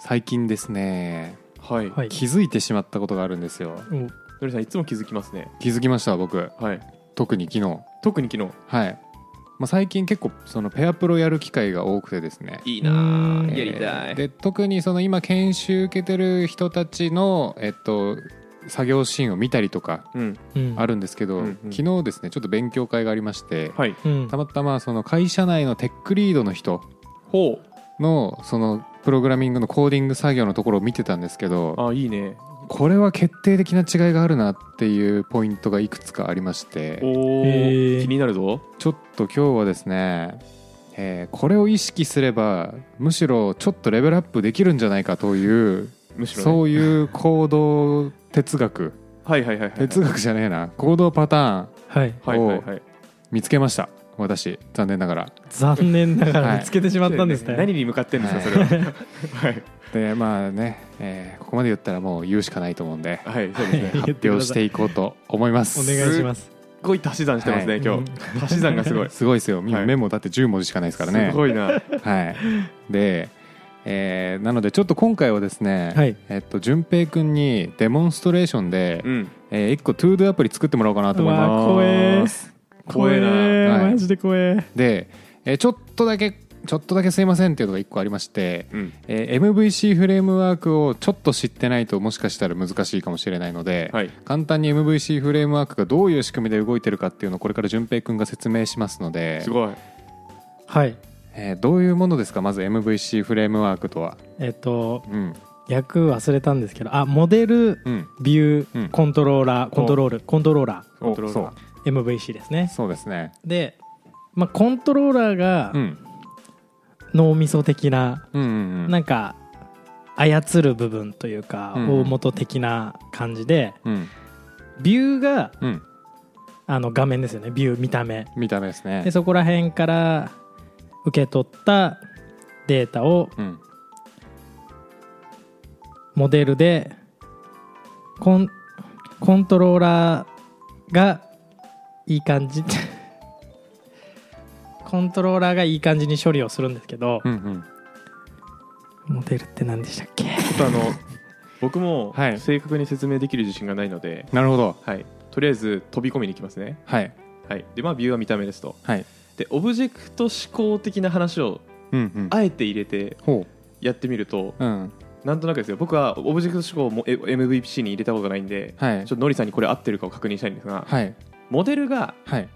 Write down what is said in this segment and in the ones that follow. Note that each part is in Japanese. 最近ですねはい、はい気づいてしまったことがあるんですよおのりさんいつも気づきますね気づきました僕はい特に昨日特に昨日はい、まあ、最近結構そのペアプロやる機会が多くてですねいいなあえーやで特にその今研修受けてる人たちの、えっと、作業シーンを見たりとかうんうん、ある、るんですけど、うんうん昨日ですねちょっと勉強会がありまして、はいうん、たまたまその会社内のテックリードの人ほうのそのプログラミングのコーディング作業のところを見てたんですけどあいいねこれは決定的な違いがあるなっていうポイントがいくつかありましておお、へー気になるぞちょっと今日はですね、えーこれを意識すればむしろちょっとレベルアップできるんじゃないかというむしろ、ね、そういう行動哲学はいはいはいはい哲学じゃねえな行動パターンはいはいはいはい見つけました私残念ながら残念ながはらい見つけてしまったんです ね、何に向かってんですかそれははいでまあね、えーここまで言ったらもう言うしかないと思うんではいそう ですねはすいっ発表していこうと思いますお願いしますごい足し算してますね、は今日足し算がすごいすごいですよ今はいメモだって10文字しかないですからねすごいなはい、で、えーなのでちょっと今回はですね、はいえっと順平くんにデモンストレーションで、うんえ1個トゥードゥアプリ作ってもらおうかなと思いますわあ怖え怖えなえはいマジで怖えで、えーちょっとだけちょっとだけすいませんっていうのが1個ありまして、うんえー MVC フレームワークをちょっと知ってないともしかしたら難しいかもしれないので、はい簡単に MVC フレームワークがどういう仕組みで動いてるかっていうのをこれから順平くんが説明しますのですごいはいえーどういうものですかまず MVC フレームワークとは。えっ、とうん訳忘れたんですけどあモデルうんビュー、うんコントローラーコントロールコントローラコントローラーおそうー MVC ですねそうですね。で、まあ、コントローラーがうん。脳みそ的な、うんうんうん。なんか操る部分というか、うん大元的な感じでうん。ビューがうん。あの画面ですよねビュー見た目見た目ですねで。そこら辺から受け取ったデータをうん。モデルでコンコントローラーがいい感じ コントローラーがいい感じに処理をするんですけどう、んうん。モデルって何でしたっけちょっとあの僕もはい正確に説明できる自信がないので、なるほど。はい、とりあえず飛び込みに行きますねはい。はいでまあビューは見た目ですとはい。でオブジェクト思考的な話をうんうん。あえて入れてほやってみるとう。うん。なんとなくですよ僕はオブジェクト思考もえ MVC に入れたことがないんではいちょっとノリさんにこれ合ってるかを確認したいんですがはい。モデルがはい。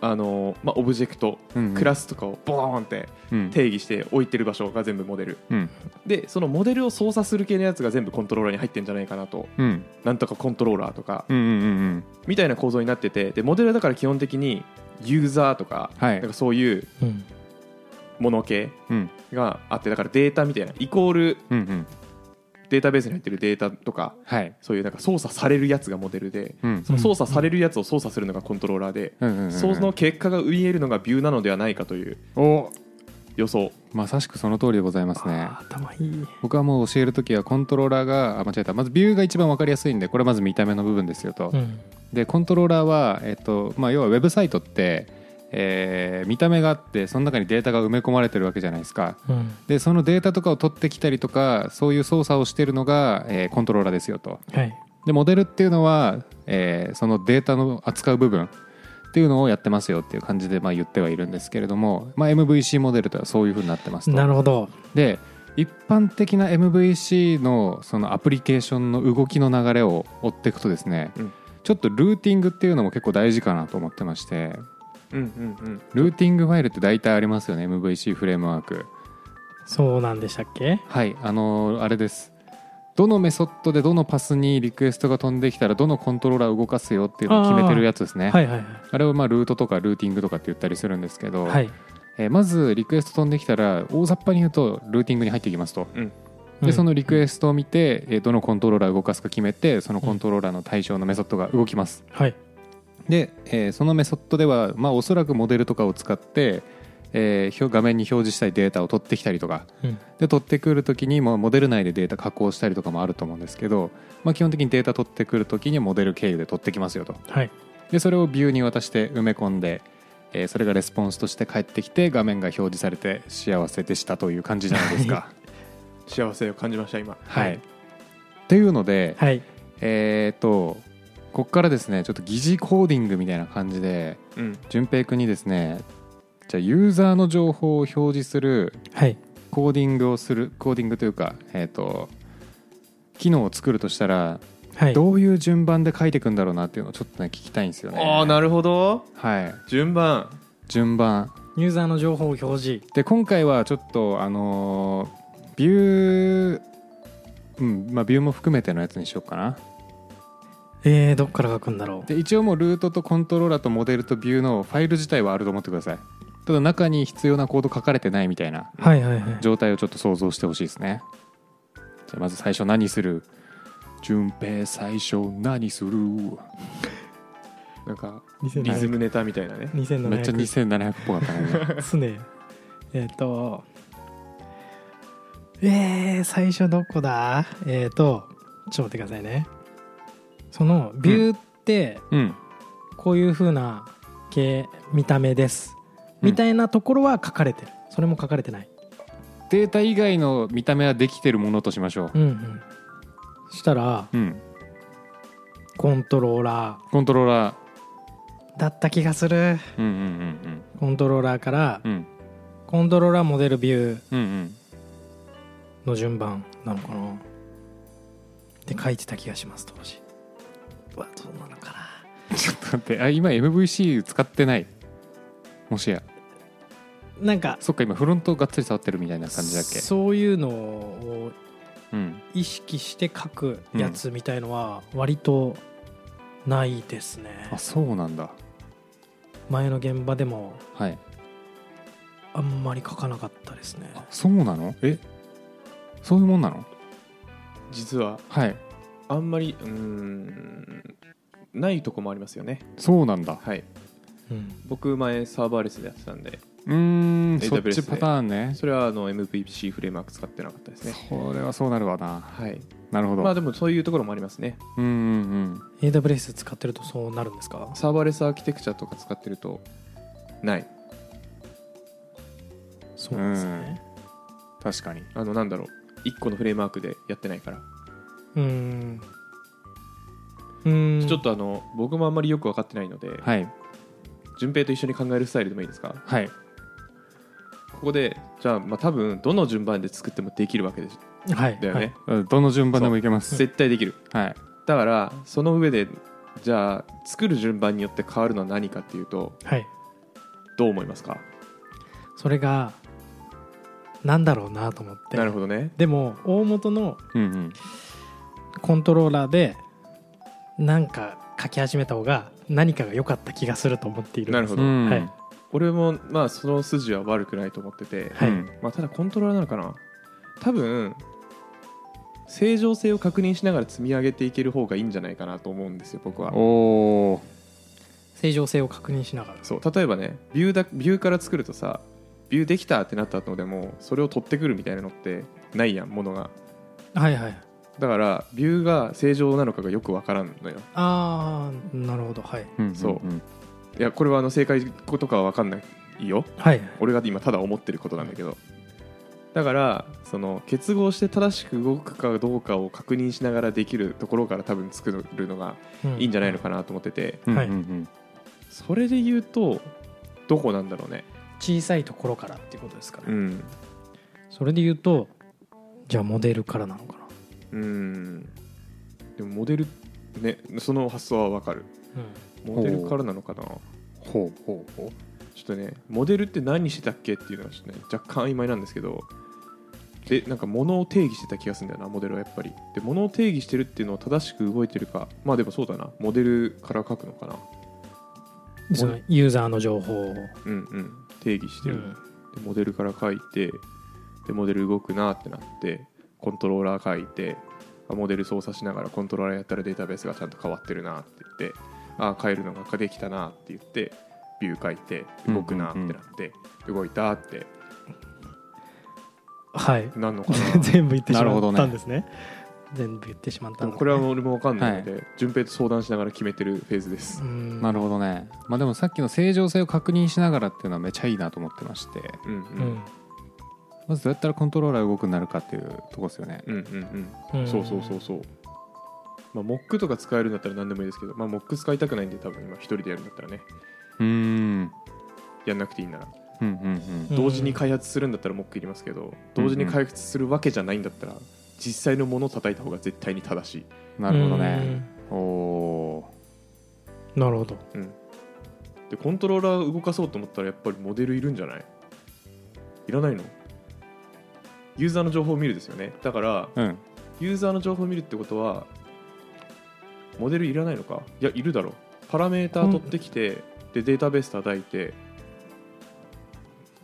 あの、まあ、オブジェクトうんクラスとかをボーンってうん。定義して置いてる場所が全部モデルうん。でそのモデルを操作する系のやつが全部コントローラーに入ってるんじゃないかなとうん。なんとかコントローラーとかうんうんうんうん。みたいな構造になっててでモデルはだから基本的にユーザーとか,、はいなんかそういううんもの系うん。があってだからデータみたいなイコールうんうん。データベースに入ってるデータとかはい。そういうなんか操作されるやつがモデルで、うん。その操作されるやつを操作するのがコントローラーで、うんうんうん。その結果が見えるのがビューなのではないかというお予想まさしくその通りでございますね。あー頭いい僕はもう教えるときはコントローラーがあ間違えたまずビューが一番わかりやすいんでこれまず見た目の部分ですよと、うんでコントローラーは、えっとまあ、要はウェブサイトって、えー見た目があってその中にデータが埋め込まれてるわけじゃないですかうんでそのデータとかを取ってきたりとかそういう操作をしているのが、えーコントローラーですよとはいでモデルっていうのは、えーそのデータの扱う部分っていうのをやってますよっていう感じで、まあ、言ってはいるんですけれども、まあ、MVC モデルとはそういうふうになってますとなるほどで一般的な MVC のそのアプリケーションの動きの流れを追っていくとですね、うんちょっとルーティングっていうのも結構大事かなと思ってましてうんうんルーティングファイルって大体ありますよね MVC フレームワークそうなんでしたっけはいあのーあれですどのメソッドでどのパスにリクエストが飛んできたらどのコントローラーを動かすよっていうのを決めてるやつですねあ,、はいはいれをまあルートとかルーティングとかって言ったりするんですけど、はいはいえーまずリクエスト飛んできたら大雑把に言うとルーティングに入っていきますとうでんそのリクエストを見て、えーどのコントローラーを動かすか決めてそのコントローラーの対象のメソッドが動きますはいで、えーそのメソッドでは、まあ、おそらくモデルとかを使って、えー表画面に表示したいデータを取ってきたりとかうんで取ってくる時にもうモデル内でデータ加工したりとかもあると思うんですけど、まあ、基本的にデータ取ってくる時にはモデル経由で取ってきますよとはいでそれをビューに渡して埋め込んで、えーそれがレスポンスとして返ってきて画面が表示されて幸せでしたという感じじゃないですか幸せを感じました今はい、っていうので、はいえーっとこっからですねちょっと疑似コーディングみたいな感じでうん淳平君にですねじゃあユーザーの情報を表示するはいコーディングをするコーディングというか、えーっと機能を作るとしたらはいどういう順番で書いていくんだろうなっていうのをちょっとね聞きたいんですよね。ああなるほどはい、順番順番ユーザーの情報を表示で今回はちょっとあのービューうんまあビューも含めてのやつにしようかなえー、どっから書くんだろうで一応もうルートとコントローラーとモデルとビューのファイル自体はあると思ってくださいただ中に必要なコード書かれてないみたいなはいはいはい状態をちょっと想像してほしいですねじゃあまず最初何する順平最初何するなんかリズ2700ムネタみたいなね2700めっちゃ2700っぽかったね 今ですねえっ、とえー、最初どこだえっ、とちょっと待ってくださいねそのビューってうんこういう風な系見た目です、うんみたいなところは書かれてるそれも書かれてないデータ以外の見た目はできてるものとしましょうんうんしたらううんコントローラコントローラーーだった気がするうんうんうんコントローラーからうんコントローラーモデルビューうんうんの順番なのかなって書いてた気がします当時うわどうなのかちょっと待ってあ今 MVC 使ってないもしやななんかそっか今フロントがっつり触ってるみたいな感じだっけそういうのをうん意識して書くやつみたいのは割とないですね、あそうなんだ前の現場でもはいあんまり書かなかったですねあそうなのえそういうもんなの実ははいあんまりうーんないとこもありますよねそうなんだはいうん僕前サーバーレスでやってたんでうーん AWS そっちパターンねそれはあの MVC フレームワーク使ってなかったですねそれはそうなるわなはいなるほど、まあでもそういうところもありますねうんうんうん AWS 使ってるとそうなるんですかサーバーレスアーキテクチャとか使ってるとないそうですね確かにあのなんだろう1個のフレームワークでやってないから、うんうんちょっとあの僕もあんまりよく分かってないのではい順平と一緒に考えるスタイルでもいいですかはいここでじゃあ,、まあ多分どの順番で作ってもできるわけですとはいだよはね、いうんどの順番でもいけます絶対できるはいだからその上でじゃあ作る順番によって変わるのは何かっていうとはいどう思いますかそれがなんだろうなと思ってなるほどねでも大元のうんうんコントローラーでなんか書き始めた方が何かが良かった気がすると思っているなるほどうんはい俺もまあその筋は悪くないと思ってて、はいうんまあ、ただコントローラーなのかな多分正常性を確認しながら積み上げていける方がいいんじゃないかなと思うんですよ僕はおお正常性を確認しながらそう例えばねビューだビューから作るとさビューできたってなった後でもそれを取ってくるみたいなのってないやんものがはいはいだからビューが正常なのかがよくわからんのよああなるほどはいそういやこれはあの正解とかはわかんないよはい俺が今ただ思ってることなんだけどだからその結合して正しく動くかどうかを確認しながらできるところから多分作るのがいいんじゃないのかかなと思っててうんうんはいうんそれで言うとどこなんだろうね小さいところからっていうことですかうねんそれで言うとじゃあモデルからなのかなうんでもモデルねその発想はわかるモデルからなのかなほうほうほうちょっとねモデルって何してたっけっていうのはちょっとね若干曖昧なんですけどでなんか物を定義してた気がするんだよなモデルはやっぱりで物を定義してるっていうのを正しく動いてるかまあでもそうだなモデルから書くのかなうんそのユーザーの情報うをんうん定義してうる、んでモデルから書いてでモデル動くなってなってコントローラー書いてあモデル操作しながらコントローラーやったらデータベースがちゃんと変わってるなって言ってあ変えるのができたなって言ってビュー書いて動くなってなって、動いたってはい なんのか な全部言ってしなるまほどっねたんですね全部言ってしまったんだこれはもう俺も分かんないので順、平と相談しながら決めてるフェーズですう、んなるほどねまあでもさっきの正常性を確認しながらっていうのはめちゃいいなと思ってましてうんううんんまずどうやったらコントローラー動くようになるかっていうとこですよねうんうんううんんそうそうそうそうまあモックとか使えるんだったら何でもいいですけどまあモック使いたくないんで多分今一人でやるんだったらねうーんやんなくていいならうんうんうん同時に開発するんだったらモックいりますけど同時に開発するわけじゃないんだったら実際のものを叩いた方が絶対に正しいうんなるほどねおおうんなるほどうんでコントローラー動かそうと思ったらやっぱりモデルいるんじゃないいらないのユーザーの情報を見るですよねだからーうんユーザーの情報を見るってことはモデルいらないのかいやいるだろうパラメーター取ってきて、でデータベース叩いて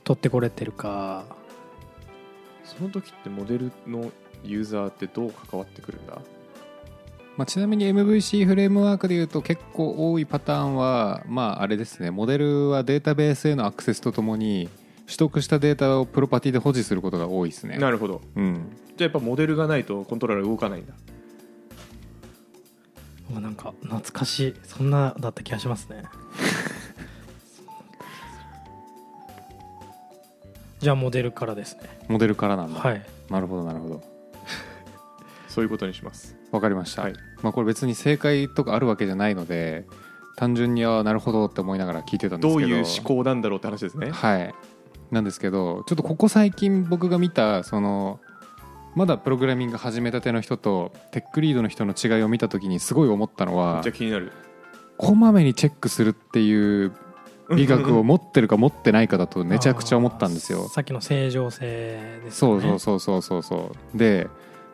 取ってこれてるかその時ってモデルのユーザーってどう関わってくるんだまあ、ちなみに MVC フレームワークでいうと結構多いパターンはまああれですねモデルはデータベースへのアクセスとともに取得したデータをプロパティで保持することが多いですねなるほどうんじゃあやっぱモデルがないとコントローラー動かないんだうわなんか懐かしいそんなだった気がしますね じゃあモデルからですねモデルからなんだ、はいなるほどなるほどそういうことにしますわかりました、はいまあ、これ別に正解とかあるわけじゃないので単純にああなるほどって思いながら聞いてたんですどけどういう思考なんだろうって話ですねはいなんですけどちょっとここ最近僕が見たそのまだプログラミング始めたての人とテックリードの人の違いを見た時にすごい思ったのめっはちゃ気になるこまめにチェックするっていう美学を持ってるか持ってないかだとめちゃくちゃ思ったんですあーよさっきの正常性ですそようねそうそうそうそうそうで、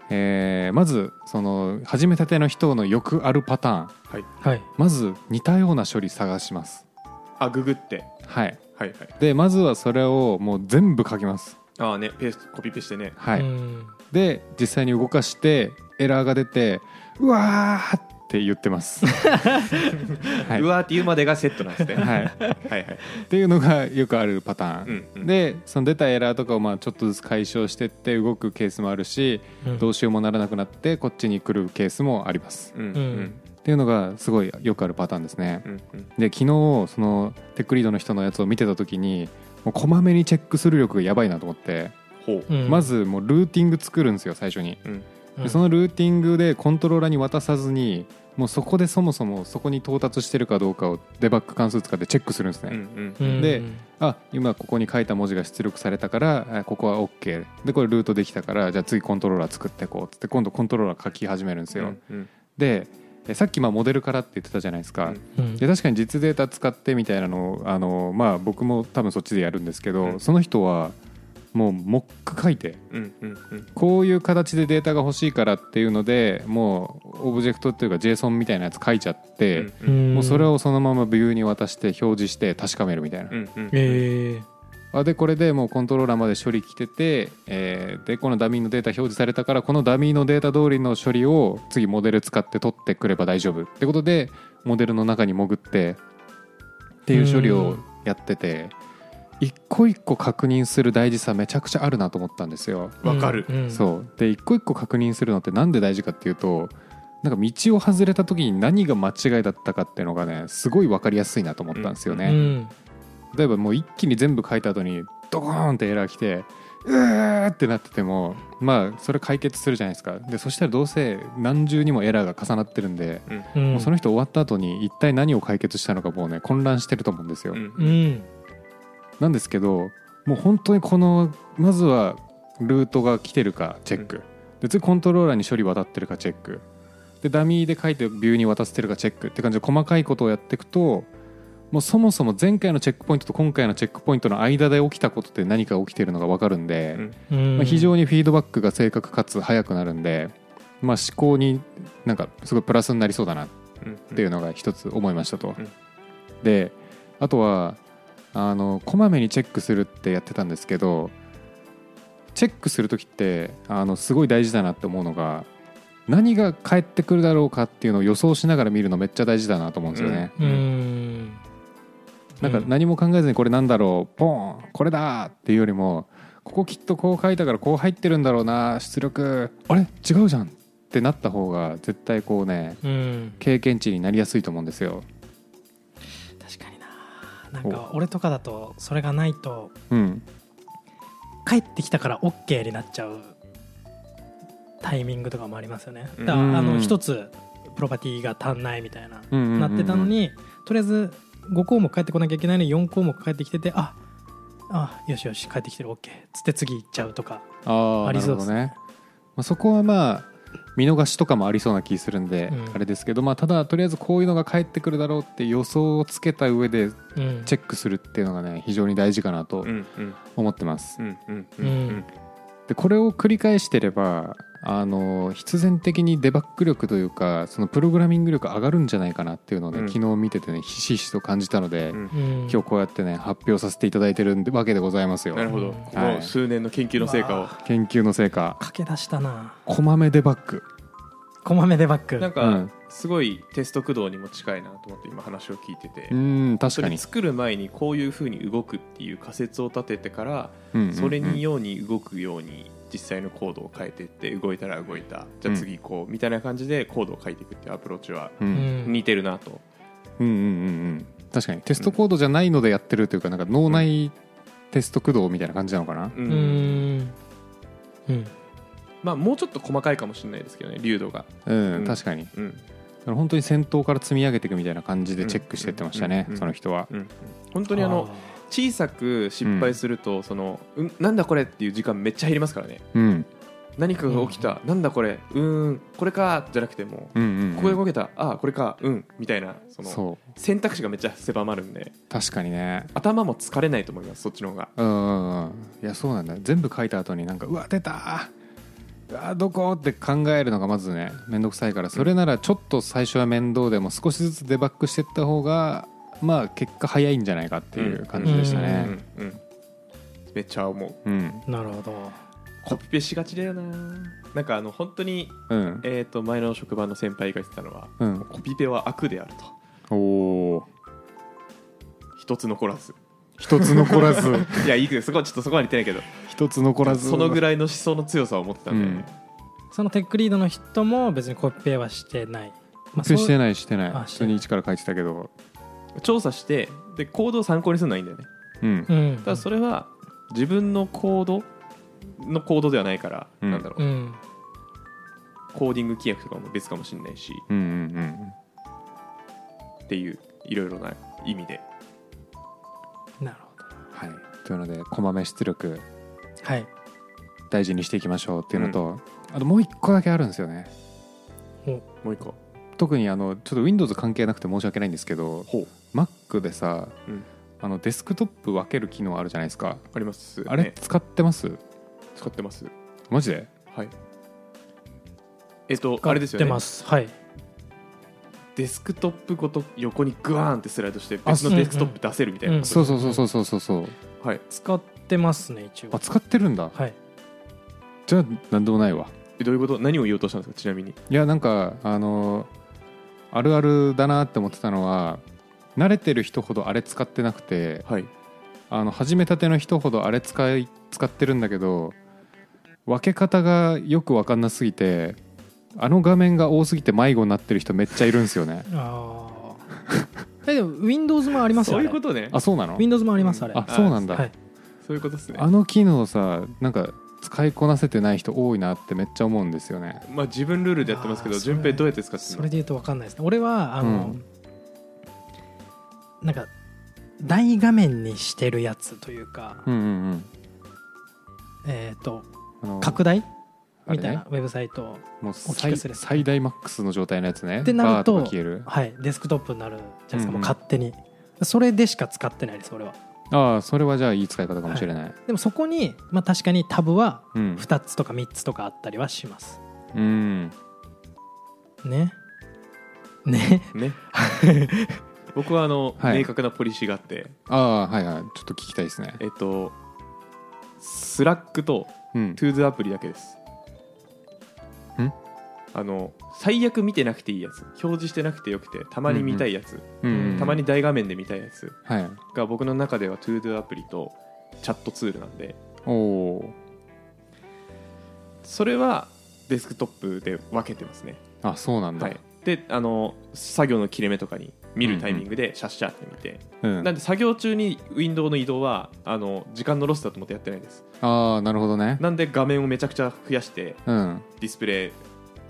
えーまずその始めたての人のよくあるパターンはいまず似たような処理探しますあググってはいはいはいでまずはそれをもう全部書きますああねペーストコピペしてねはい、うんで実際に動かしてエラーが出てうわーって言ってます はいうわーって言うまでがセットなんですね はいはい、はいはいっていうのがよくあるパターン、うんうんでその出たエラーとかをまあちょっとずつ解消してって動くケースもあるしうんどうしようもならなくなってこっちに来るケースもありますうんうんっていうのがすごいよくあるパターンですねうんうんで昨日そのテックリードの人のやつを見てた時にもうこまめにチェックする力がやばいなと思ってほううんまずもうルーティング作るんですよ最初に、うんうでんそのルーティングでコントローラーに渡さずにもうそこでそもそもそこに到達してるかどうかをデバッグ関数使ってチェックするんですうね、んううんんであ今ここに書いた文字が出力されたからあここは OK でこれルートできたからじゃあ次コントローラー作ってこうっつって今度コントローラー書き始めるんですよ、うんでえさっきまあモデルからって言ってたじゃないですか、うんうんで確かに実データ使ってみたいなのをあの、まあ、僕も多分そっちでやるんですけど、うんその人はもうモック書いてうんうんうんこういう形でデータが欲しいからっていうのでもうオブジェクトっていうか JSON みたいなやつ書いちゃって、うんうんもうそれをそのままビューに渡して表示して確かめるみたいな、うんうんええあでこれでもうコントローラーまで処理来てて、えーでこのダミーのデータ表示されたからこのダミーのデータ通りの処理を次モデル使って取ってくれば大丈夫ってことでモデルの中に潜ってっていう処理をやってて一個一個確認する大事さめちゃくちゃあるなと思ったんですよ。わかるうそうで一個一個確認するのってなんで大事かっていうとなんか道を外れた時に何が間違いだったかっていうのがねすごい分かりやすいなと思ったんですよね。ん例えばもう一気に全部書いた後にドコーンってエラー来てうーってなっててもまあそれ解決するじゃないですかでそしたらどうせ何重にもエラーが重なってるんで、うんうんもうその人終わった後に一体何を解決したのかもうね混乱してると思うんですよ、うんうんなんですけどもう本当にこのまずはルートが来てるかチェック、で次コントローラーに処理渡ってるかチェックでダミーで書いてビューに渡せてるかチェックって感じで細かいことをやっていくともうそもそも前回のチェックポイントと今回のチェックポイントの間で起きたことって何か起きてるのが分かるんで、うんうんまあ、非常にフィードバックが正確かつ早くなるんで、まあ、思考になんかすごいプラスになりそうだなうんっていうのが一つ思いましたと、うんであとはあのこまめにチェックするってやってたんですけどチェックする時ってあのすごい大事だなって思うのが何が返ってくるだろうかっていうのを予想しながら見るのめっちゃ大事だなと思うんですよね、うんなんか何も考えずにこれなんだろうポーンこれだっていうよりもここきっとこう書いたからこう入ってるんだろうな出力あれ違うじゃんってなった方が絶対こうねうん経験値になりやすいと思うんですよ。確かにななんか俺とかだとそれがないとうん、帰ってきたから OK になっちゃうタイミングとかもありますよねだからうんあの一つプロパティが足んないみたいな、うんうんうんうんなってたのにとりあえず5項目帰ってこなきゃいけないのに4項目帰ってきててああよしよし帰ってきてる OK つって次行っちゃうとかあああなりるそほどうですね、まあ、そこはまあ見逃しとかもありそうな気するんで、うんあれですけど、まあ、ただとりあえずこういうのが返ってくるだろうって予想をつけた上でうんチェックするっていうのがね非常に大事かなとうんうん思ってます、うんうんうんうんでこれを繰り返してればあの必然的にデバッグ力というかそのプログラミング力上がるんじゃないかなっていうのをね、うん昨日見ててねひしひしと感じたので、うんうん今日こうやってね発表させていただいてるわけでございますよなるほど、こはのい数年の研究の成果を、研究の成果駆け出したなこまめデバッグこまめでバックなんうかんすごいテスト駆動にも近いなと思って今話を聞いてて、うん確そかれに、作る前にこういうふうに動くっていう仮説を立ててからうんうんうんそれにように動くように実際のコードを変えていって動いたら動いたじゃあ次行こうみたいな感じでコードを書いていくっていうアプローチはううんん似てるなとうんうんうんうん確かにテストコードじゃないのでやってるというかなんか脳内テスト駆動みたいな感じなのかな、ううんんうんまあもうちょっと細かいかもしれないですけどね流度がうんうん確かにうんだから本当に先頭から積み上げていくみたいな感じでチェックしてってましたね、うんうんうんうんその人は、うん本当にあの小さく失敗するとそのうんなんだこれっていう時間めっちゃ減りますからねうん、何かが起きたなんだこれうーんこれかじゃなくてもうんうんうんここで動けたああこれかうんみたいなそのそう選択肢がめっちゃ狭まるんで確かにね頭も疲れないと思いますそっちの方がうんうんうんいやそうなんだ全部書いた後になんかうわ出たうわどこって考えるのがまずね面倒くさいからそれならちょっと最初は面倒でも少しずつデバッグしていった方がまあ結果早いんじゃないかっていう感じでしたうねんうんめっちゃ思ううんなるほどコピペしがちだよななんかあの本当にうんえっと前の職場の先輩が言ってたのはうんコピペは悪であるとおお一つ残らず一つ残ら ずいやいいけどそこはちょっとそこは似てないけど一つ残らずそのぐらいらいの思想の強さを持ってたんでそのテックリードの人も別にコピペはしてない、まあそうしてないしてないあ普して通ないに一から書いてたけど調査してで行動を参考にするのはいいんだよねうんうん、ただそれは自分の行動の行動ではないから、うんなんだろううんコーディング規約とかも別かもしれないしうんうんうんっていういろいろな意味でなるほはどいというのでこまめ出力はい大事にしていきましょうっていうのと、あともう一個だけあるんですよねもう一個特にあのちょっと Windows 関係なくて申し訳ないんですけどほう Mac でさ、うんあのデスクトップ分ける機能あるじゃないですかあります、ね、あれ使ってます使ってますマジではいえっとあれですよ買ってねますはいデスクトップごと横にグワーンってスライドして別のあデスクトップ出せるみたいなうんそうそうそうそうそうそうそううはい使ってますね一応あ使ってるんだはいじゃあ何でもないわえどういうこと何を言おうとしたんですかちなみにいやなんかあのあるあるだなって思ってたのは慣れてる人ほどあれ使ってなくてはいあの始めたての人ほどあれ使い使ってるんだけど分け方がよく分かんなすぎてあの画面が多すぎて迷子になってる人めっちゃいるんですよねああでも Windows もありますよそういうあれことねあそうなの Windows もありますあれあそうなんだ、はいそういうことですねあの機能さなんか使いこなせてない人多いなってめっちゃ思うんですよねまあ自分ルールでやってますけあどーそれ順平どうやって使ってるそのれで言うと分かんないですね俺はあの、うなんか大画面にしてるやつというか、うんうんうんえっ、とあの拡大あれみねたいなウェブサイト、もう大き最くする最大マックスの状態のやつねってなるとバーか消えるはい、デスクトップになるじゃなうんいですか、もううん勝手にそれでしか使ってないです俺はああそれはじゃあいい使い方かもしれない、でもそこに、まあ、確かにタブはうん、 2つとか3つとかあったりはしますうん、ね ねね僕はあの、はい明確なポリシーがあってああはいはいちょっと聞きたいですねえっとスラックとうん、トゥーズアプリだけですんあの最悪見てなくていいやつ表示してなくてよくてたまに見たいやつ、うんうんたまに大画面で見たいやつはいが僕の中ではトゥーズアプリとチャットツールなんでおおそれはデスクトップで分けてますねあそうなんだ、はいであの作業の切れ目とかに見るタイミングでシャッシャって見て、うんなんで作業中にウィンドウの移動はあの時間のロスだと思ってやってないですああなるほどねなんで画面をめちゃくちゃ増やしてうんディスプレ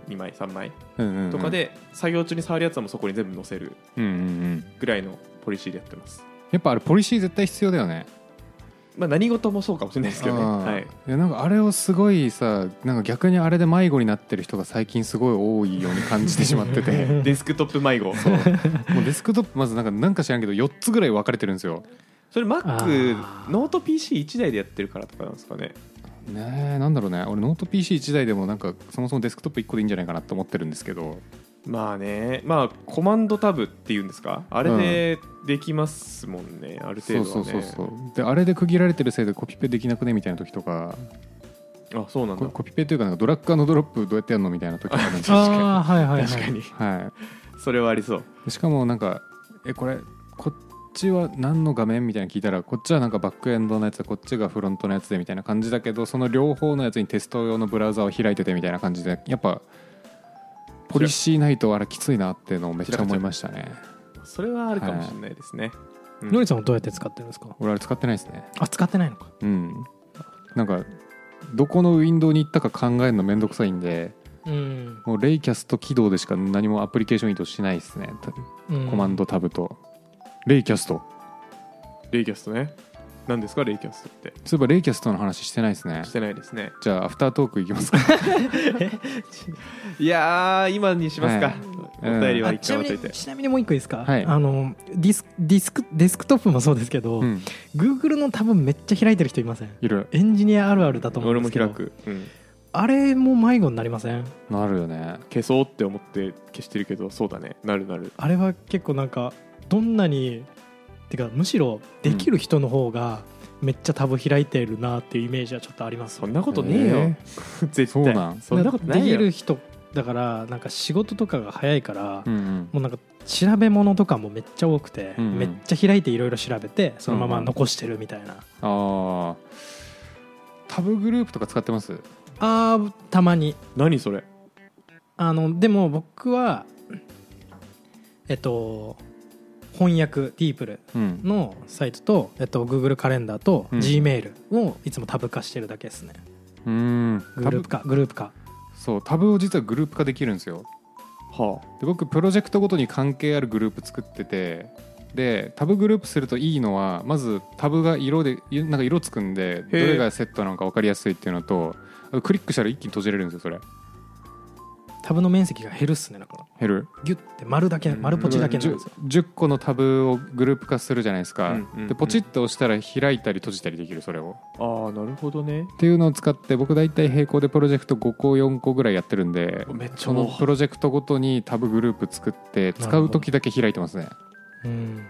イ2枚3枚うんうんうんとかで、作業中に触るやつはもうそこに全部載せるうんうんうんぐらいのポリシーでやってます、やっぱあれポリシー絶対必要だよねまあ、何事もそうかもしれないですけどね、あーはいい、やなんかあれをすごいさなんか逆にあれで迷子になってる人が最近すごい多いように感じてしまってて デスクトップ迷子そもうデスクトップまずなんかなんか知らんけど4つぐらい分かれてるんですよれ Mac あーノート PC1 台でやってるからとかなんですかねねえなんだろうね俺ノート PC1 台でもなんかそもそもデスクトップ1個でいいんじゃないかなと思ってるんですけどまあねまあコマンドタブっていうんですかあれでできますもんね、ある程度はそうそねうそうそうであれで区切られてるせいでコピペできなくねみたいな時とかあそうなんだココピペというかなんかドラッグアンドドロップどうやってやるのみたいな時とか なんですよああはいはい、はい、確かにはそれはありそうい、しかもなんか「えこれこっちは何の画面?」みたいなの聞いたらこっちはなんかバックエンドのやつでこっちがフロントのやつでみたいな感じだけどその両方のやつにテスト用のブラウザを開いててみたいな感じでやっぱポリシーないとあれきついなっていうのをめっちゃ思いましたねそれはあるかもしれないですね、うんのりさんはどうやって使ってるんですか俺あれ使ってないですねあ使ってないのかうんなんかどこのウィンドウに行ったか考えるのめんどくさいんでうん、もうレイキャスト起動でしか何もアプリケーション移動しないですねたうん、コマンドタブと、レイキャストレイキャストね何ですかレイキャストってそういえばレイキャストの話してないですねしてないですねじゃあアフタートークいきますかいやー今にしますか、はいお便りはあ一ちな回置いみにといてちなみにもう一個いいですか、はいあのディスディスクデスクトップもそうですけど、うん Google の多分めっちゃ開いてる人いませんいるエンジニアあるあるだと思うん俺でもすけど開く、うん、あれも迷子になりませんなるよね消そうって思って消してるけどそうだねなるなるあれは結構なんかどんなにてかむしろできる人の方がめっちゃタブ開いてるなっていうイメージはちょっとありますそんなことねえよ、え絶対そうなんそんなことないよできる人だからなんか仕事とかが早いから、うんうんもうなんか調べ物とかもめっちゃ多くて、うんうんめっちゃ開いていろいろ調べてそのまま残してるみたいな、ああタブグループとか使ってますあーたまに何それあのでも僕はえっと翻訳ディープルうんのサイトと、えっと、Google カレンダーとうん Gmail をいつもタブ化してるだけですね、うーんグタループ化グループ化そうタブを実はグループ化できるんですよはあで僕プロジェクトごとに関係あるグループ作っててでタブグループするといいのはまずタブが色でいなんか色つくんでどれがセットなのか分かりやすいっていうのとあとクリックしたら一気に閉じれるんですよそれタブの面積が減るっすねだから減るギュッて丸だけうん丸ポチだけになるんですよ 10, 10個のタブをグループ化するじゃないですか、うんうんうんでポチッと押したら開いたり閉じたりできるそれをあーなるほどねっていうのを使って僕大体並行でプロジェクト5個4個ぐらいやってるんでめっちゃそのプロジェクトごとにタブグループ作って使う時だけ開いてますねうん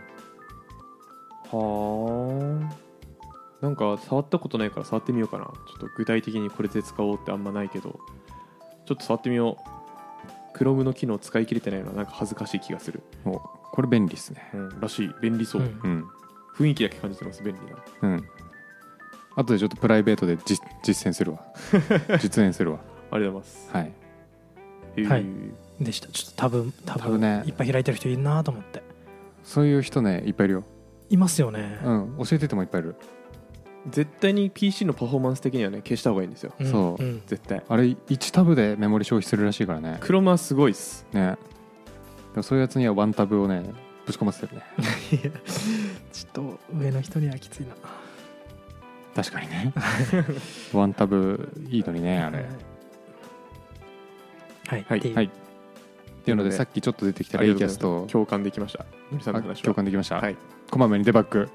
はあなんか触ったことないから触ってみようかなちょっと具体的にこれで使おうってあんまないけどちょっと触ってみよう Chrome の機能使い切れてないのはなんか恥ずかしい気がする、おこれ便利ですねうん、らしい便利そう、うんうん雰囲気だけ感じてます便利なうんあとでちょっとプライベートで実実践する わ実演するわありがとうございます、はいへえはいでしたちょっとタブタブタブねいっぱい開いてる人いるなと思ってそういう人ねいっぱいいるよ、いますよね、うん、教えててもいっぱいいる絶対に PC のパフォーマンス的にはね消した方がいいんですようんそううん絶対あれ1タブでメモリ消費するらしいからね Chrome はすごいっすねでもそういうやつにはワンタブをねぶち込ませてるねいやちょっと上の人にはきついな確かにね ワンタブいいのにねあれはいはいっていうはいっていうのでさっきちょっと出てきたレイキャスト共感できましたのりさんのあ話は共感できました、はいこまめにデバッグ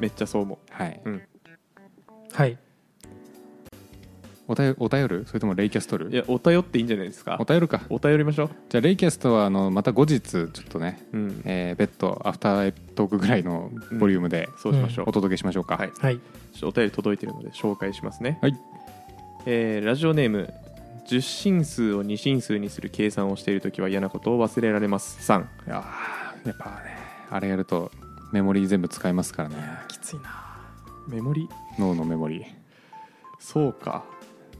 めっちゃそう思うはいはいおたよお便るそれともレイキャストるいやお便っていいんじゃないですかお便るかお便りましょじゃあレイキャストはあのまた後日ちょっとね、ううんえー、別途アフタートークぐらいのボリュームでそうしましょうお届けしましょうか、はいはいちょっとお便り届いてるので紹介しますね、はいえーラジオネーム10進数を2進数にする計算をしているときは嫌なことを忘れられます3いやーやっぱねあれやるとメモリー全部使いますからねきついなメモリ脳のメモリーそうか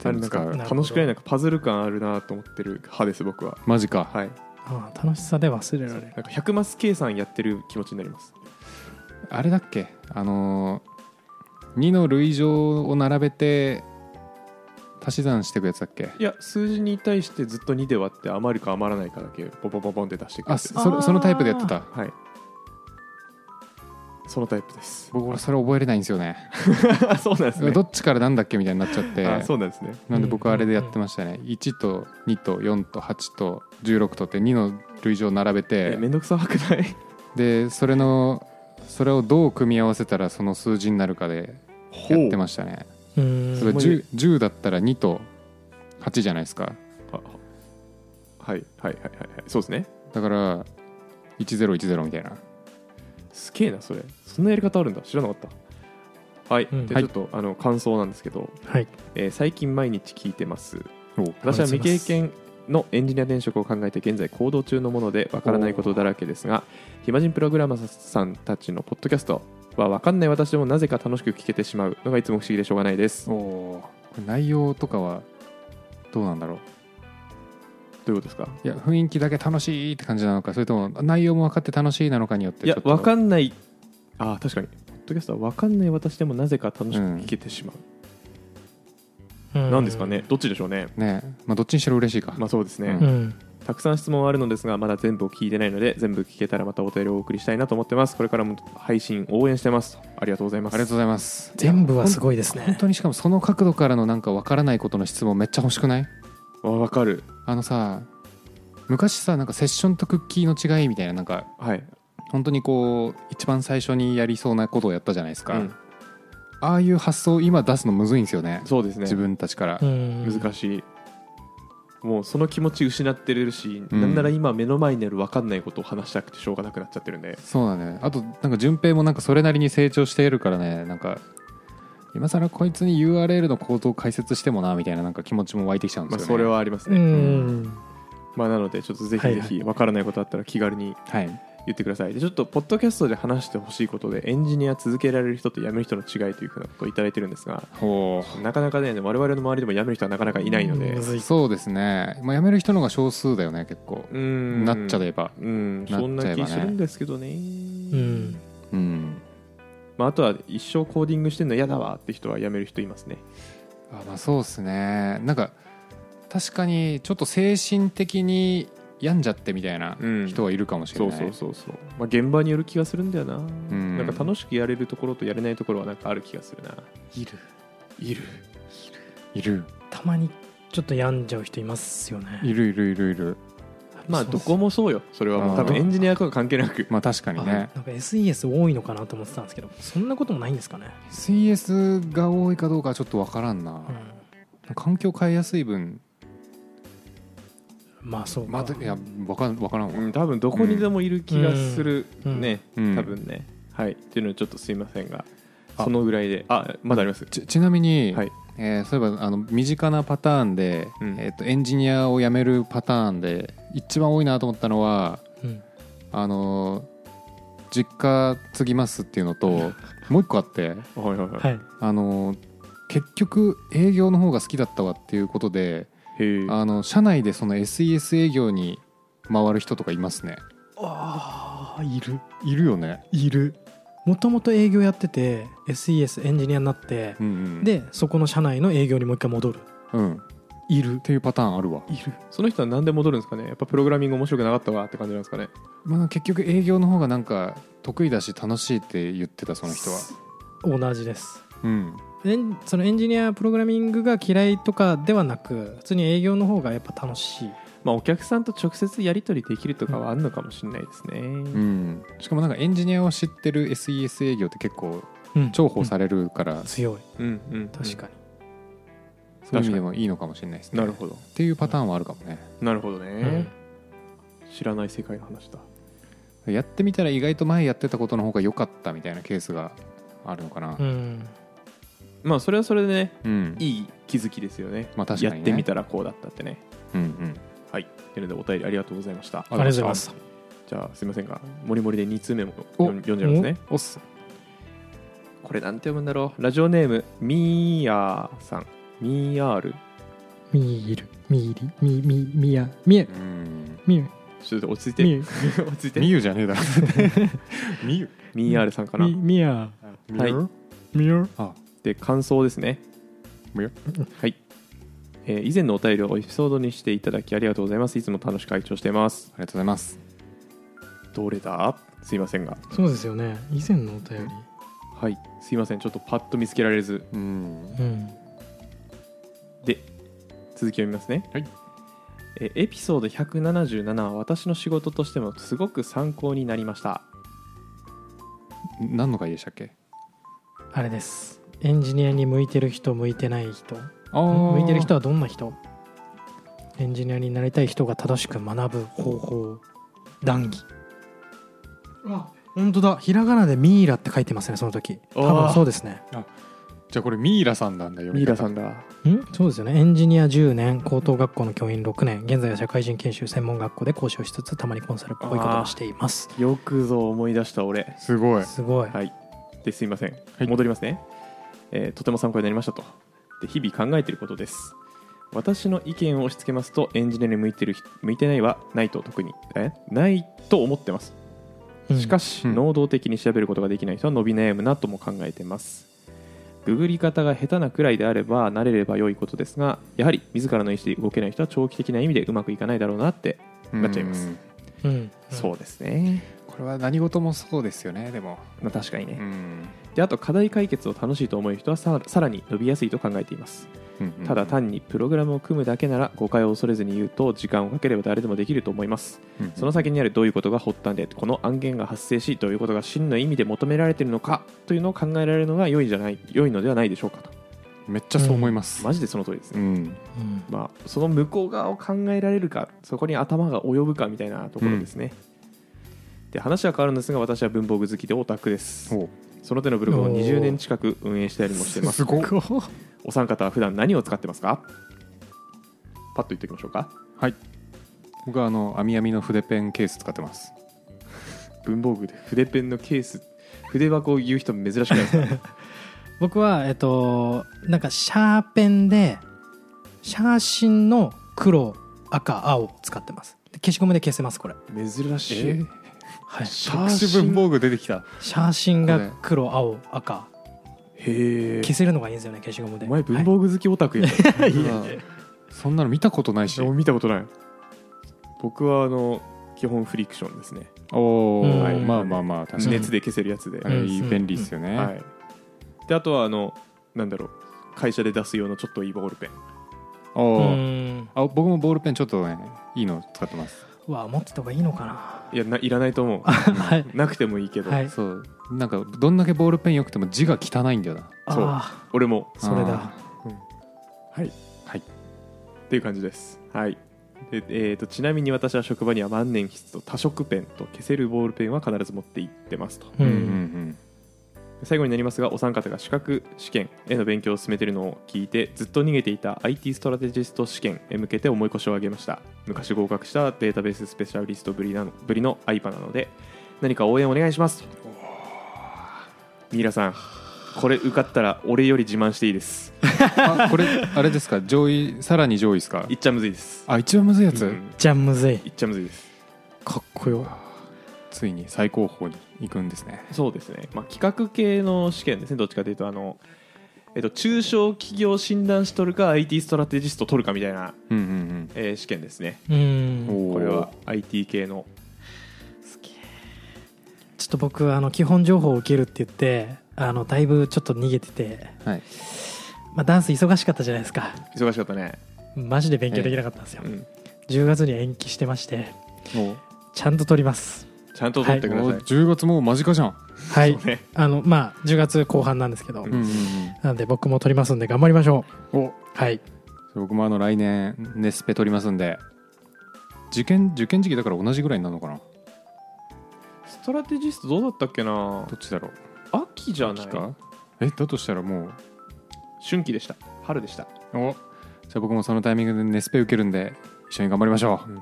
あれ全部なん使かうなるほど楽しくないなんかパズル感あるなと思ってる派です僕はマジか、はいああ楽しさで忘れられるなんか100マス計算やってる気持ちになりますあれだっけあのー、2の類乗を並べて足し算していくやつだっけいや数字に対してずっと2で割って余るか余らないかだけボボボボンって出してくるあやつそそれそのタイプでやってたはいそのタイプです僕俺それ覚えれないんですよねあ そうなんですねどっちからなんだっけみたいになっちゃってあそうなんですねなんで僕あれでやってましたね、1と2と4と8と16とって2の類乗を並べえてめんどくさくないでそれのそれをどう組み合わせたらその数字になるかでやってましたねうそれーん 10, 10だったら2と8じゃないですかあははいはいはいはいはいそうですねだから1010みたいなすげえなそれそんなやり方あるんだ知らなかったはい、うんではちいょっと、あの感想なんですけど、はいえー最近毎日聞いてますお私は未経あり験のエンジニア転職を考えて現在行動中のものでわからないことだらけですが暇人プログラマーさんたちのポッドキャストはわかんない私でもなぜか楽しく聞けてしまうのがいつも不思議でしょうがないですおーこれ内容とかはどうなんだろうどういうことですかいや雰囲気だけ楽しいって感じなのかそれとも内容も分かって楽しいなのかによっていやわわかんんないあー確かにポッドキャストはわかんない私でもなぜか楽しく聞けてしまう、うんなんですかねどっちでしょうねねえまあどっちにしろ嬉しいか、まあそうですね、ううんたくさん質問はあるのですがまだ全部を聞いてないので全部聞けたらまたお便りをお送りしたいなと思ってますこれからも配信応援してますありがとうございますありがとうございます全部はすごいですね本当にしかもその角度からのなんか分からないことの質問めっちゃ欲しくないあわかるあのさ昔さなんかセッションとクッキーの違いみたいななんかはい本当にこう一番最初にやりそうなことをやったじゃないですか、うんああいう発想を今出すのむずいんですよねそうですね自分たちから、難難しい、もうその気持ち失ってるし、うんなんなら今目の前にある分かんないことを話したくてしょうがなくなっちゃってるんでそうだねあとなんか順平もなんかそれなりに成長しているからねなんか今更こいつに URL の構造を解説してもなみたいななんか気持ちも湧いてきちゃうんでまよすあね、それはありますうね、んまあなのでちょっとぜひぜはいひ分からないことあったら気軽にはい言ってくださいでちょっとポッドキャストで話してほしいことでエンジニア続けられる人と辞める人の違いというふうなことをいただいてるんですがほなかなかね我々の周りでも辞める人はなかなかいないのでむずういそうですね、まあ、辞める人の方が少数だよね結構、うんなっちゃえばうなんっちゃえばねそんな気するんですけどねうんうんまあ、あとは一生コーディングしてるの嫌だわって人は辞める人いますねあまあそうですねなんか確かにちょっと精神的に病んじゃってみたいなうん人はいるかもしれそなうい、そうそうそう、まあ、現場による気がするんだよな、んなんか楽しくやれるところとやれないところはなんかある気がするないるいるいるたまにちょっと病んじゃう人いますよねいるいるいるいるまあどこもそうよそれはもあうー多分エンジニアとか関係なくまあ確かあにねなんか SES 多いのかなと思ってたんですけどそんなこともないんですかね CS が多いかどうかはちょっとわからんなうん、環境変えやすい分まあそうかまだいやわかんわからんうわん多分どこにでもいる気がするうんね、うん多分ねはいっていうのはちょっとすいませんがあそのぐらいであまだありますちちなみに、はいえーそういえばあの身近なパターンで、うんえー、とエンジニアを辞めるパターンで一番多いなと思ったのはうんあの実家継ぎますっていうのともう一個あってはいはいはい、はいあの結局営業の方が好きだったわっていうことでへえあの社内でその SES 営業に回る人とかいますねああいるいるよねいるもともと営業やってて SES エンジニアになってうんうんでそこの社内の営業にもう一回戻るうんっいるていうパターンあるわ、いるその人は何で戻るんですかねやっぱプログラミング面白くなかったわって感じなんですかねまあ、結局営業の方がなんか得意だし楽しいって言ってたその人は同じですうんエンそのエンジニアプログラミングが嫌いとかではなく普通に営業の方がやっぱ楽しいまあお客さんと直接やり取りできるとかはあるのかもしれないですね、うんしかもなんかエンジニアを知ってる SES 営業って結構うん重宝されるから、強いうんうん確かに、そういう意味でもいいのかもしれないですねなるほどっていうパターンはあるかもね、なるほどね、うん知らない世界の話だやってみたら意外と前やってたことの方が良かったみたいなケースがあるのかなうんまあそれはそれでねうん、いい気づきですよねまあ確かにやねってみたらこうだったってねうんうんはいというのでお便りありがとうございましたありがとうございますじゃあすいませんがもりもりで2通目もお読ん読んじゃいますねおっすこれなんて読むんだろうラジオネームミーヤーさんミーヤールミールミーリミミミヤミエうんミエちょっと落ち着いてみゆ 落ち着いみてゆじゃねえだ ろみゆミーアールさんかなみみやはいみゆみやあで感想ですねみゆはい、えー以前のお便りをエピソードにしていただきありがとうございますいつも楽しく拝聴していますありがとうございますどれだすいませんがそうですよね以前のお便りはいすいませんちょっとパッと見つけられずうんうんで続き読みますねはいえーエピソード177は私の仕事としてもすごく参考になりました何の会でしたっけあれですエンジニアに向いてる人向いてない人あー向いてる人はどんな人エンジニアになりたい人が正しく学ぶ方法談義あ本当だひらがなでミイラって書いてますねその時多あ分ーそうですねじゃあこれミイラさんなんだよミイラさんだんそうですよねエンジニア10年高等学校の教員6年現在は社会人研修専門学校で講師をしつつたまにコンサルっぽいこともしていますよくぞ思い出した俺すごいすごい、はいですいません、はい戻りますね、えーとても参考になりましたとで日々考えていることです私の意見を押し付けますとエンジニアに向いてる人向いてないはないと特にえないと思ってますしかしし、うん能動的に調べることができない人は伸び悩むなとも考えてますググり方が下手なくらいであれば慣れれば良いことですがやはり自らの意思で動けない人は長期的な意味でうまくいかないだろうなって、なっちゃいますうんうん、うんそうですね、これは何事もそうですよねでもまあ、確かにね、んであと課題解決を楽しいと思う人はささらに伸びやすいと考えていますただ単にプログラムを組むだけなら誤解を恐れずに言うと時間をかければ誰でもできると思いますうんその先にあるどういうことが発端でこの案件が発生しどういうことが真の意味で求められているのかというのを考えられるのが良いんじゃない良いのではないでしょうかとめっちゃそう思いますマジでその通りですうね、んうんまあ、その向こう側を考えられるかそこに頭が及ぶかみたいなところですね、で話は変わるんですが私は文房具好きでオタクですおその手のブログを20年近く運営したりもしてますすごっお三方は普段何を使ってますかパッと言っておきましょうかはい僕はあの網みの筆ペンケース使ってます文房具で筆ペンのケース筆箱を言う人珍しくないですか僕はえっとなんかシャーペンでシャーシンの黒赤青を使ってますで消しゴムで消せますこれ、珍しい、はい、シシャ特ーシ殊ン文房具出てきたャーシンが黒青赤へえ消せるのがいいんですよね消しゴムでお前文房具好きオタクや、はい、い やうんそんなの見たことないしでも見たことない僕はあの基本フリクションですねおおうんまあまあまあ確かに熱で消せるやつで、あんれ便利ですよねはいであとはあのなんだろう会社で出す用のちょっといいボールペンおうおんあ僕もボールペンちょっとねいいの使ってますうわ持ってた方がいいのかいやないらないと思なはい、うなくてもいいけど、はいそうなんかどんだけボールペン良くても字が汚いんだよなそうあ俺もそれだはいはいっていう感じですはいでえー、とちなみに私は職場には万年筆と多色ペンと消せるボールペンは必ず持って行ってますとーう、うんんうん最後になりますがお三方が資格試験への勉強を進めているのを聞いてずっと逃げていた IT ストラテジスト試験へ向けて思い越しを上げました昔合格したデータベーススペシャリストぶりなのぶりの IPA なので何か応援お願いしますミイラさんこれ受かったら俺より自慢していいですあこれあれですか上位さらに上位ですかいっちゃむずいですあ一番むずいやつ、うんじゃあむずいいっちゃむずいですかっこよついに最高峰に行くんですねそうですね、まあ、企画系の試験ですね、どっちかというと、あのえっと、中小企業診断士取るか、IT ストラテジスト取るかみたいな、うんうんえー試験ですね、ううんんおーこれは IT 系の、ちょっと僕あの基本情報を受けるって言ってあのだいぶちょっと逃げてて、はいまあ、ダンス忙しかったじゃないですか忙しかったね、マジで勉強できなかったんですよ、うん、 10月に延期してましてもうちちゃんと撮りますちゃんと取ってください。 10月もう間近じゃん、はいそうねあのまあ10月後半なんですけど、うんなんで僕も撮りますんで頑張りましょうおはい僕もあの来年ネスペ取りますんで受験受験時期だから同じぐらいになるのかなストラテジストどうだったっけどなっちだろう秋じゃない秋かえだとしたらもう春季でした春でしたおじゃあ僕もそのタイミングでネスペ受けるんで一緒に頑張りましょう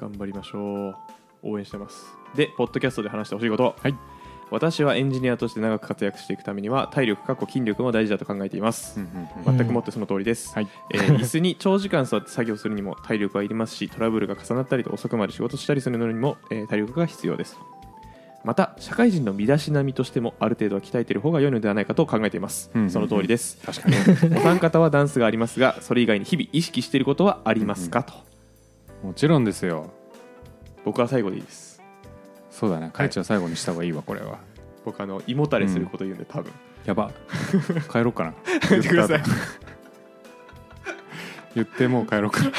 頑張りましょう応援してますでポッドキャストで話してほしいこと、はい私はエンジニアとして長く活躍していくためには体力かっこ筋力も大事だと考えています、うん全くもってその通りです、はいえ ー椅子に長時間座って作業するにも体力はいりますしトラブルが重なったりと遅くまで仕事したりするのにも、えー体力が必要ですまた社会人の身だしなみとしてもある程度は鍛えている方が良いのではないかと考えています、うんうんうんその通りです確かに お三方はダンスがありますがそれ以外に日々意識していることはありますかともちろんですよ僕は最後でいいですそうだなカイチは最後にした方がいいわこれは僕あの胃もたれすること言うんで多分、や ば帰ろうかなやってください言ってもう帰ろうかな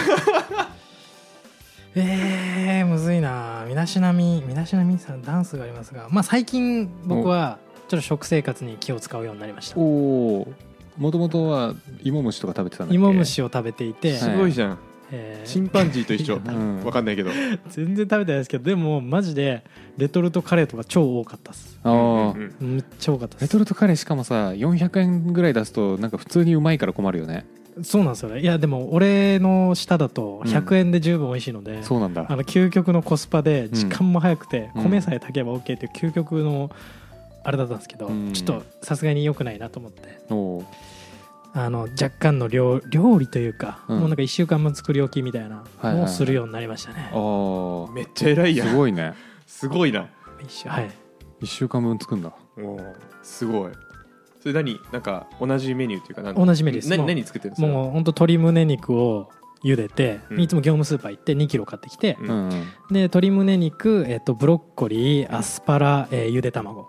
えー、むずいな身だしなみ身だしなみさんダンスがありますがまあ最近僕はちょっと食生活に気を使うようになりまし たおおもともとは芋虫とか食べてたんだっけ芋虫を食べていて、はいすごいじゃん、えーチンパンジーと一緒、うんわかんないけど全然食べてないですけどでもマジでレトルトカレーとか超多かったっすああうんうんうんめっちゃ多かったレでトルトカレーしかもさ400円ぐらい出すとなんか普通にうまいから困るよねすそうなんですよねいやでも俺の舌だと100円で十分美味しいので、そうなんだあの究極のコスパで時間も早くてうん米さえ炊けば OK っていう究極のあれだったんですけど、うんちょっとさすがに良くないなと思っておーあの若干の料料理というか、うんもうなんか1週間分作り置きみたいなはいはいはいのをするようになりましたね、あーめっちゃ偉いやんすごいねすごいな一週はい1週間分作るんだおーすごいそれ何なんか同じメニューっていうか何同じメニューです何もう何作ってるんですかもうほんと鶏胸肉を茹でて、うんいつも業務スーパー行って2キロ買ってきて、うんうんうんで鶏胸肉、えっとブロッコリーアスパラ、えーゆで卵、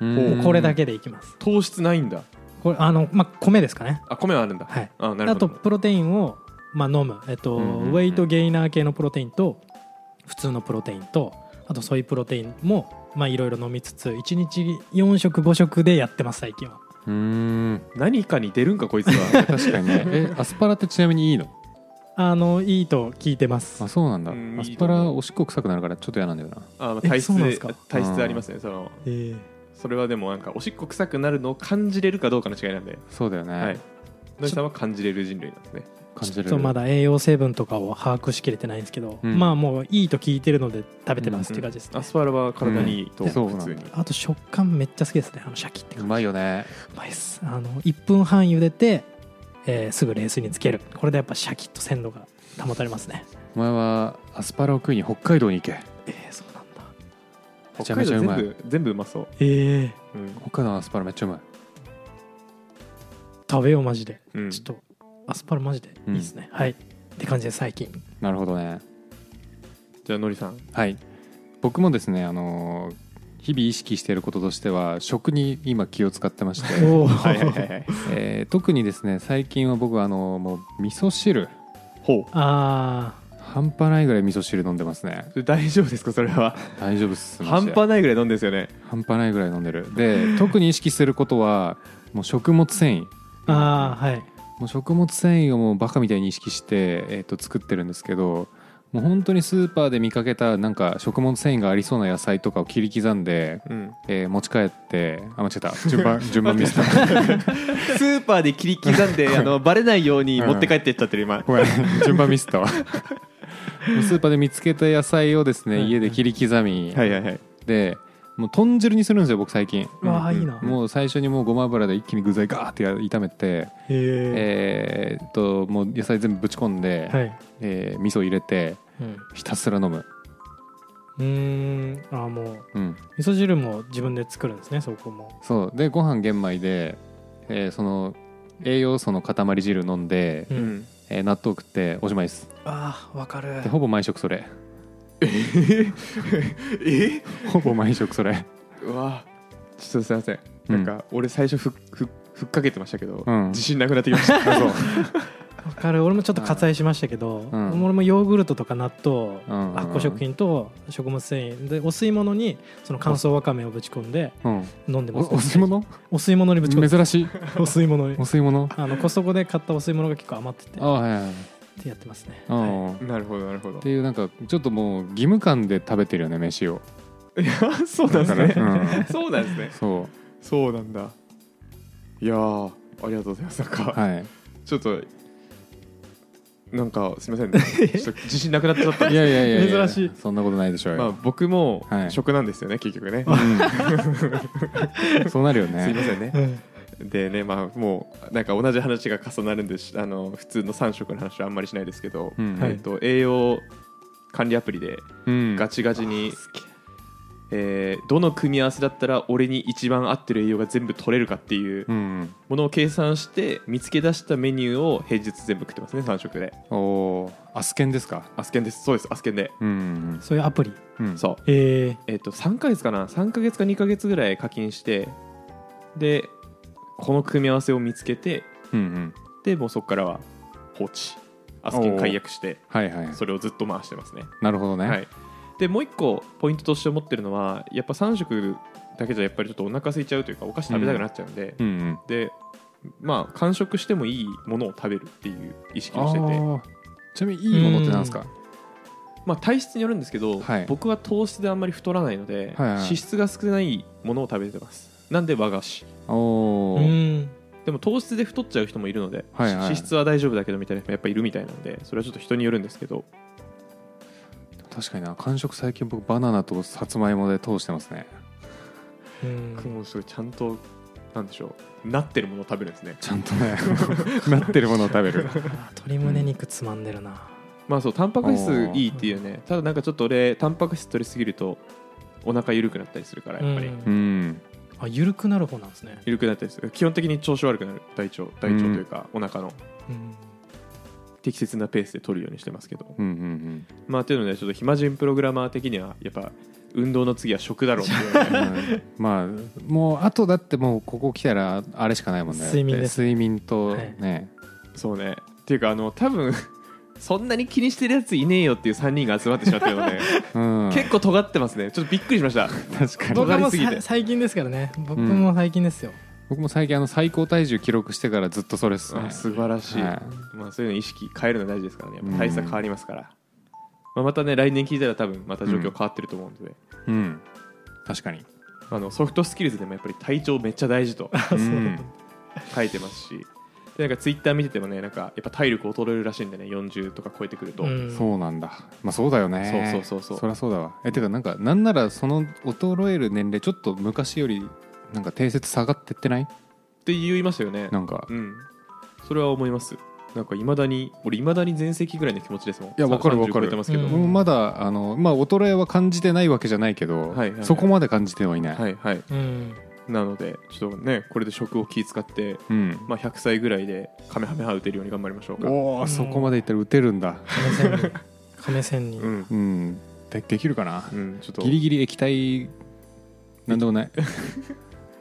うんこれだけでいきます糖質ないんだこれあの、まあ、米ですかねあ米はあるんだ、はいあなるあほとどプロテインを、まあ、飲む、えっとうんうんうんウェイトゲイナー系のプロテインと普通のプロテインとあとソイプロテインもまあいろいろ飲みつつ1日4食5食でやってます最近はうーん何かに出るんかこいつは 確かに ねえアスパラってちなみにいいのあのいいと聞いてますあそうなんだうんアスパラおしっこ臭くなるからちょっと嫌なんだよなあまあえ体そ質うなんでですか体質ありますねそのえーそれはでもなんかおしっこ臭くなるのを感じれるかどうかの違いなんでそうだよね、はい野木さんは感じれる人類なんですね感じちょれっるとまだ栄養成分とかを把握しきれてないんですけど、うんまあもういいと聞いてるので食べてますって感じですね、アスパラは体にいいとうん普通に、そうなんあと食感めっちゃ好きですねあのシャキってう感じまいよねうまいですあの1分半茹でて、えーすぐ冷水につけるこれでやっぱシャキッと鮮度が保たれますねお前はアスパラを食いに北海道に行けえー、そうなんだめちゃめちゃうまい北海道全部全部うまそう、ええうん北海道のアスパラめっちゃうまい食べようマジで、うんちょっとアスパラマジでいいですね、はいって感じで最近なるほどねじゃあのり さんはい僕もですねあのー日々意識していることとしては食に今気を使ってま しておおはいはいはいはいえー特にですね最近は僕はあのもう味噌汁ほうあ半端ないぐらい味噌汁飲んでますねそれ大丈夫ですかそれ は大丈夫っすマ半ジで端ないぐらい飲んでんですよね半端ないぐらい飲んでるで特に意識することはもう食物繊維ーあーはいもう食物繊維をもうバカみたいに意識して、えー、と作ってるんですけどもう本当にスーパーで見かけたなんか食物繊維がありそうな野菜とかを切り刻んで、うんえー持ち帰ってあ間違えた順番順番見せたスーパーで切り刻ん であのバレないように持って帰ってっちゃってる今ごめん順番ミスったわスーパーで見つけた野菜をですねうん家で切り刻みはいはいはいでもう豚汁にするんですよ僕最近うわあうんいいなへもう最初にもうごま油で一気に具材ガーってや炒めてええーっともう野菜全部ぶち込んで、はいえー味噌入れてうんひたすら飲むうーんあーもううん味噌汁も自分で作るんですねそこもそうでご飯玄米で、えーその栄養素の塊汁飲んで、ううんん えー納豆食っておしまいですああわかるでほぼ毎食それえほぼ毎食それうわちょっとすいませんうなんんか俺最初ふっふっふっかけてましたけどうん自信なくなってきまし たわかる俺もちょっと割愛しましたけど、うん俺もヨーグルトとか納豆、うんうんうん発酵食品と食物繊維でお吸い物にその乾燥わかめをぶち込んでうん飲んでおますお吸い物お吸い物にぶち込んで珍しいお吸い物にお吸い物あのコストコで買ったお吸い物が結構余っててああはいはいはいってやってますね、うはんっ なるほどなるほどていうなんかちょっともう義務感で食べてるよね飯をいやそうなんですうねん そうなんですねそそうなんだいやーありがとうございますなんうかはいちょっとなんかす みませんねちょっと自信なくなっちゃったいやいやいやや珍しいそんなことないでしょうまあよ、僕もはい食なんですよね、結局ね、うんそうなるよすいまねせんねでねまあもうなんか同じ話が重なるんでしあの普通の3食の話はあんまりしないですけど、うんえっと、栄養管理アプリでうんガチガチに、えーどの組み合わせだったら俺に一番合ってる栄養が全部取れるかっていううんものを計算して見つけ出したメニューを平日全部食ってますね3食でおおーアスケンですかアスケンですそうですアスケンで、うんそういうアプリうんそうええっと3ヶ月かな3ヶ月か2ヶ月ぐらい課金してでこの組み合わせを見つけてうんうんでもうそこからは放置アスキン解約してはいはいそれをずっと回してますねなるほどね、はいでもう一個ポイントとして思ってるのはやっぱ3食だけじゃやっぱりちょっとお腹空いちゃうというかお菓子食べたくなっちゃうんで、うんうんでまあ完食してもいいものを食べるっていう意識をしててあーちなみにいいものってなんですかまあ体質によるんですけど、はい僕は糖質であんまり太らないので、はいはい脂質が少ないものを食べてますなんで和菓子おーお、うんでも糖質で太っちゃう人もいるので、はいはい脂質は大丈夫だけどみたいな人もやっぱいるみたいなんでそれはちょっと人によるんですけど確かにな完食最近僕バナナとさつまいもで通してますねうん僕もすごいちゃんとなんでしょうなってるものを食べるんですねちゃんとね なってるものを食 べる鶏胸肉つまんでるなまあそうタンパク質いいっていうねただなんかちょっと俺タンパク質取りすぎるとお腹緩くなったりするからやっぱり、うんうんあ緩くなる方なんですね緩くなったりする基本的に調子悪くなる大腸大腸というかお腹のうん適切なペースで取るようにしてますけど、うんうんまあっていうのでちょっと暇人プログラマー的にはやっぱ運動の次は食だろうっていう ね、うんまあもうあとだってもうここ来たらあれしかないもんね睡眠です睡眠とね、そうねっていうかあの多分そんなに気にしてるやついねえよっていう3人が集まってしまってるのでうん結構尖ってますねちょっとびっくりしました確かにどう僕はも尖りうすぎてさ最近ですからね僕も最近ですよ僕も最近あの最高体重記録してからずっとそれっすねあ素晴らしい、はまあ、そういうの意識変えるの大事ですからねやっうんぱ体質は変わりますから、まあ、またね来年聞いたら多分また状況変わってると思うので、うん確 かにあのソフトスキルズでもやっぱり体調めっちゃ大 事とううなんんだ書いてますしでなんかツイッター見ててもねなんかやっぱ体力衰えるらしいんでね40とか超えてくると、うんそうなんだまあそうだよねそうそうそうそうそりゃそうだわえてかなんかなんならその衰える年齢ちょっと昔よりなんか定説下がってってないって言いましたよねなんかうんそれは思いますなんかいまだに俺いまだに全盛期ぐらいの気持ちですもんいやわかるわかる超えてますけど、う僕んもまだあのまあ衰えは感じてないわけじゃないけど、はいはいそこまで感じてはいない、はいはいうんなのでちょっとねこれで食を気遣って、うんまあ、100歳ぐらいでカメハメハ打てるように頑張りましょうかおうおんそこまでいったら打てるんだ亀仙人亀仙人うんうんでできるかなうん、ちょっとギリギリ液体なんでもない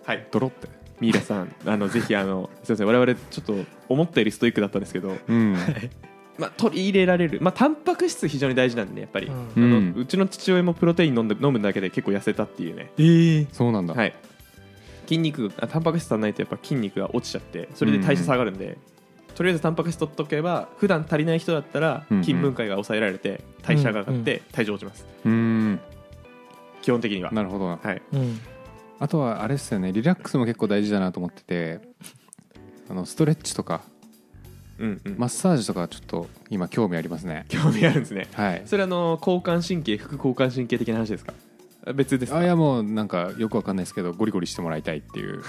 はいドロってミイラさん あのぜひあのすいません我々ちょっと思ったよりストイックだったんですけど、うんまあ、取り入れられる、まあ、タンパク質非常に大事なんでねやっぱり、ううんうあんのうちの父親もプロテイン飲んで飲むだけで結構痩せたっていうね、ええそうなんだ、はい、筋肉あタンパク質足んないとやっぱ筋肉が落ちちゃってそれで代謝下がるんで、とりあえずタンパク質取っとけば普段足りない人だったらうんうん筋分解が抑えられて代謝が上がっうて体重落ちます、うん基本的には、なるほどなはい、うんあとはあれですよねリラックスも結構大事だなと思っててあのストレッチとかうんうんマッサージとかちょっと今興味ありますね 興味あるんですねはいそれあの交感神経副交感神経的な話ですかあ別ですかあいやもうなんかよくわかんないですけどゴリゴリしてもらいたいっていうと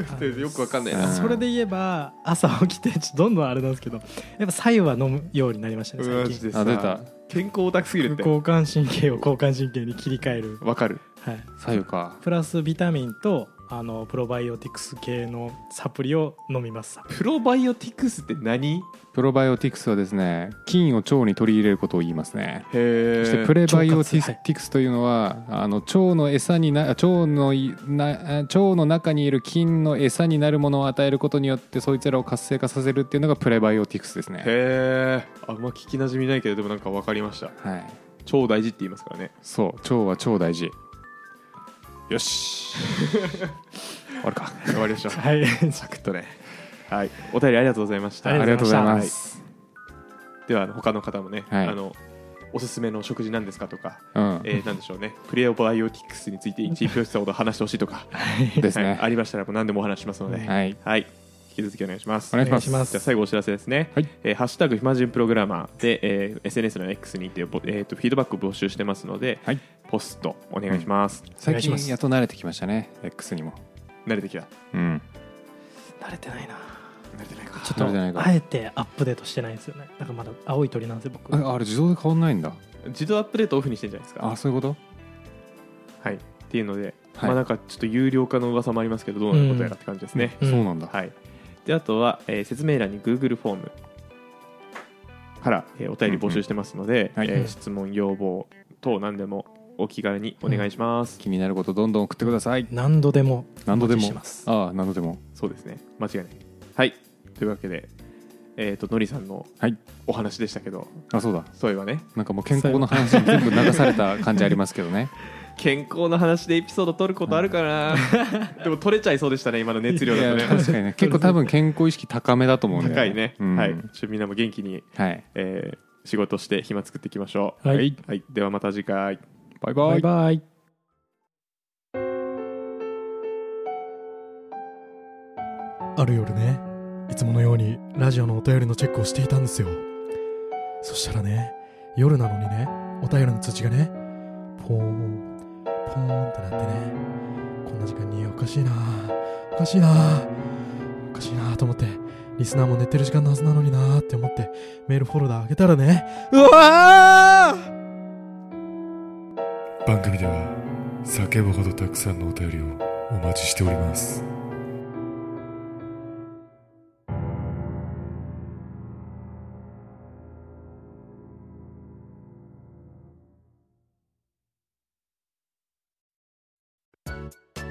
りあえずよくわかんないなそれで言えば朝起きてちょどんどんあれなんですけどやっぱ白湯は飲むようになりましたねマ最ジ近であ出た健康オタクすぎるって交感神経を交感神経に切り替える、わかるはい、左右かプラスビタミンとあのプロバイオティクス系のサプリを飲みますプロバイオティクスって何プロバイオティクスはですね菌を腸に取り入れることを言いますねへそしてえプレバイオティ腸活はいティクスというのは、あの腸の餌にな腸のいな腸の中にいる菌の餌になるものを与えることによってそいつらを活性化させるっていうのがプレバイオティクスですね。へえあんま聞きなじみないけどでもなんかわかりましたはい、超大事って言いますからねそう腸は超大事。よし。終わるか。わかりましたはいサクッとねはいお便りありがとうございましたありがとうございます。ではあの他の方もね、はいあのおすすめの食事なんですかとか、うん、えー、なんでしょうねプレバイオティクスについて1位プロセスほど話してほしいとか、ですはい、あね。りましたらもう何でもお話しますので、はい、はい、き続きお願いしますお願いしますお願いしますじゃあ最後お知らせですね、はいえーハッシュタグ暇人プログラマーで、えー SNS の X にて、ぼえー、とフィードバックを募集してますので、はいポストお願いします、お願最いします近やっと慣れてきましたね X にも慣れてきたうん慣れてないな慣れてないかちょっ慣れてないとかあえてアップデートしてないんですよねだからまだ青い鳥なんですよ僕ああれ自動で変わんないんだ自動アップデートオフにしてんじゃないですあかそういうことはいっていうので、はいまあなんかちょっと有料化の噂もありますけどどうなることやらって感じですね、うんそうなんだはいであとは、えー説明欄に Google フォームから、えーお便り募集してますので、うんうんはいえー質問要望等何でもお気軽にお願いします、気になることどんどん送ってください何度でも何度でお待ちしもてますああ何度でもそうですね間違いないはいというわけでえっ、とのりさんのはいお話でしたけど、あそうだそういえばねなんかもう健康の話に全部流された感じありますけどね健康の話でエピソード取ることあるかな、でも取れちゃいそうでしたね今の熱い量だとやね確かにね結構多分健康意識高めだと思うんで高いね、うんはいちょっとみんなも元気に、はいえー仕事して暇作っていきましょうはいはい、ではまた次回バイババイイバイある夜ねいつものようにラジオのお便りのチェックをしていたんですよそしたらね夜なのにねお便りの通知がねポーンポーンってなってねこんな時間におかしいなおかしいなおかしいなと思ってリスナーも寝てる時間のはずなのになって思ってメールフォルダー開けたらねうわー番組では叫ぶほどたくさんのお便りをお待ちしております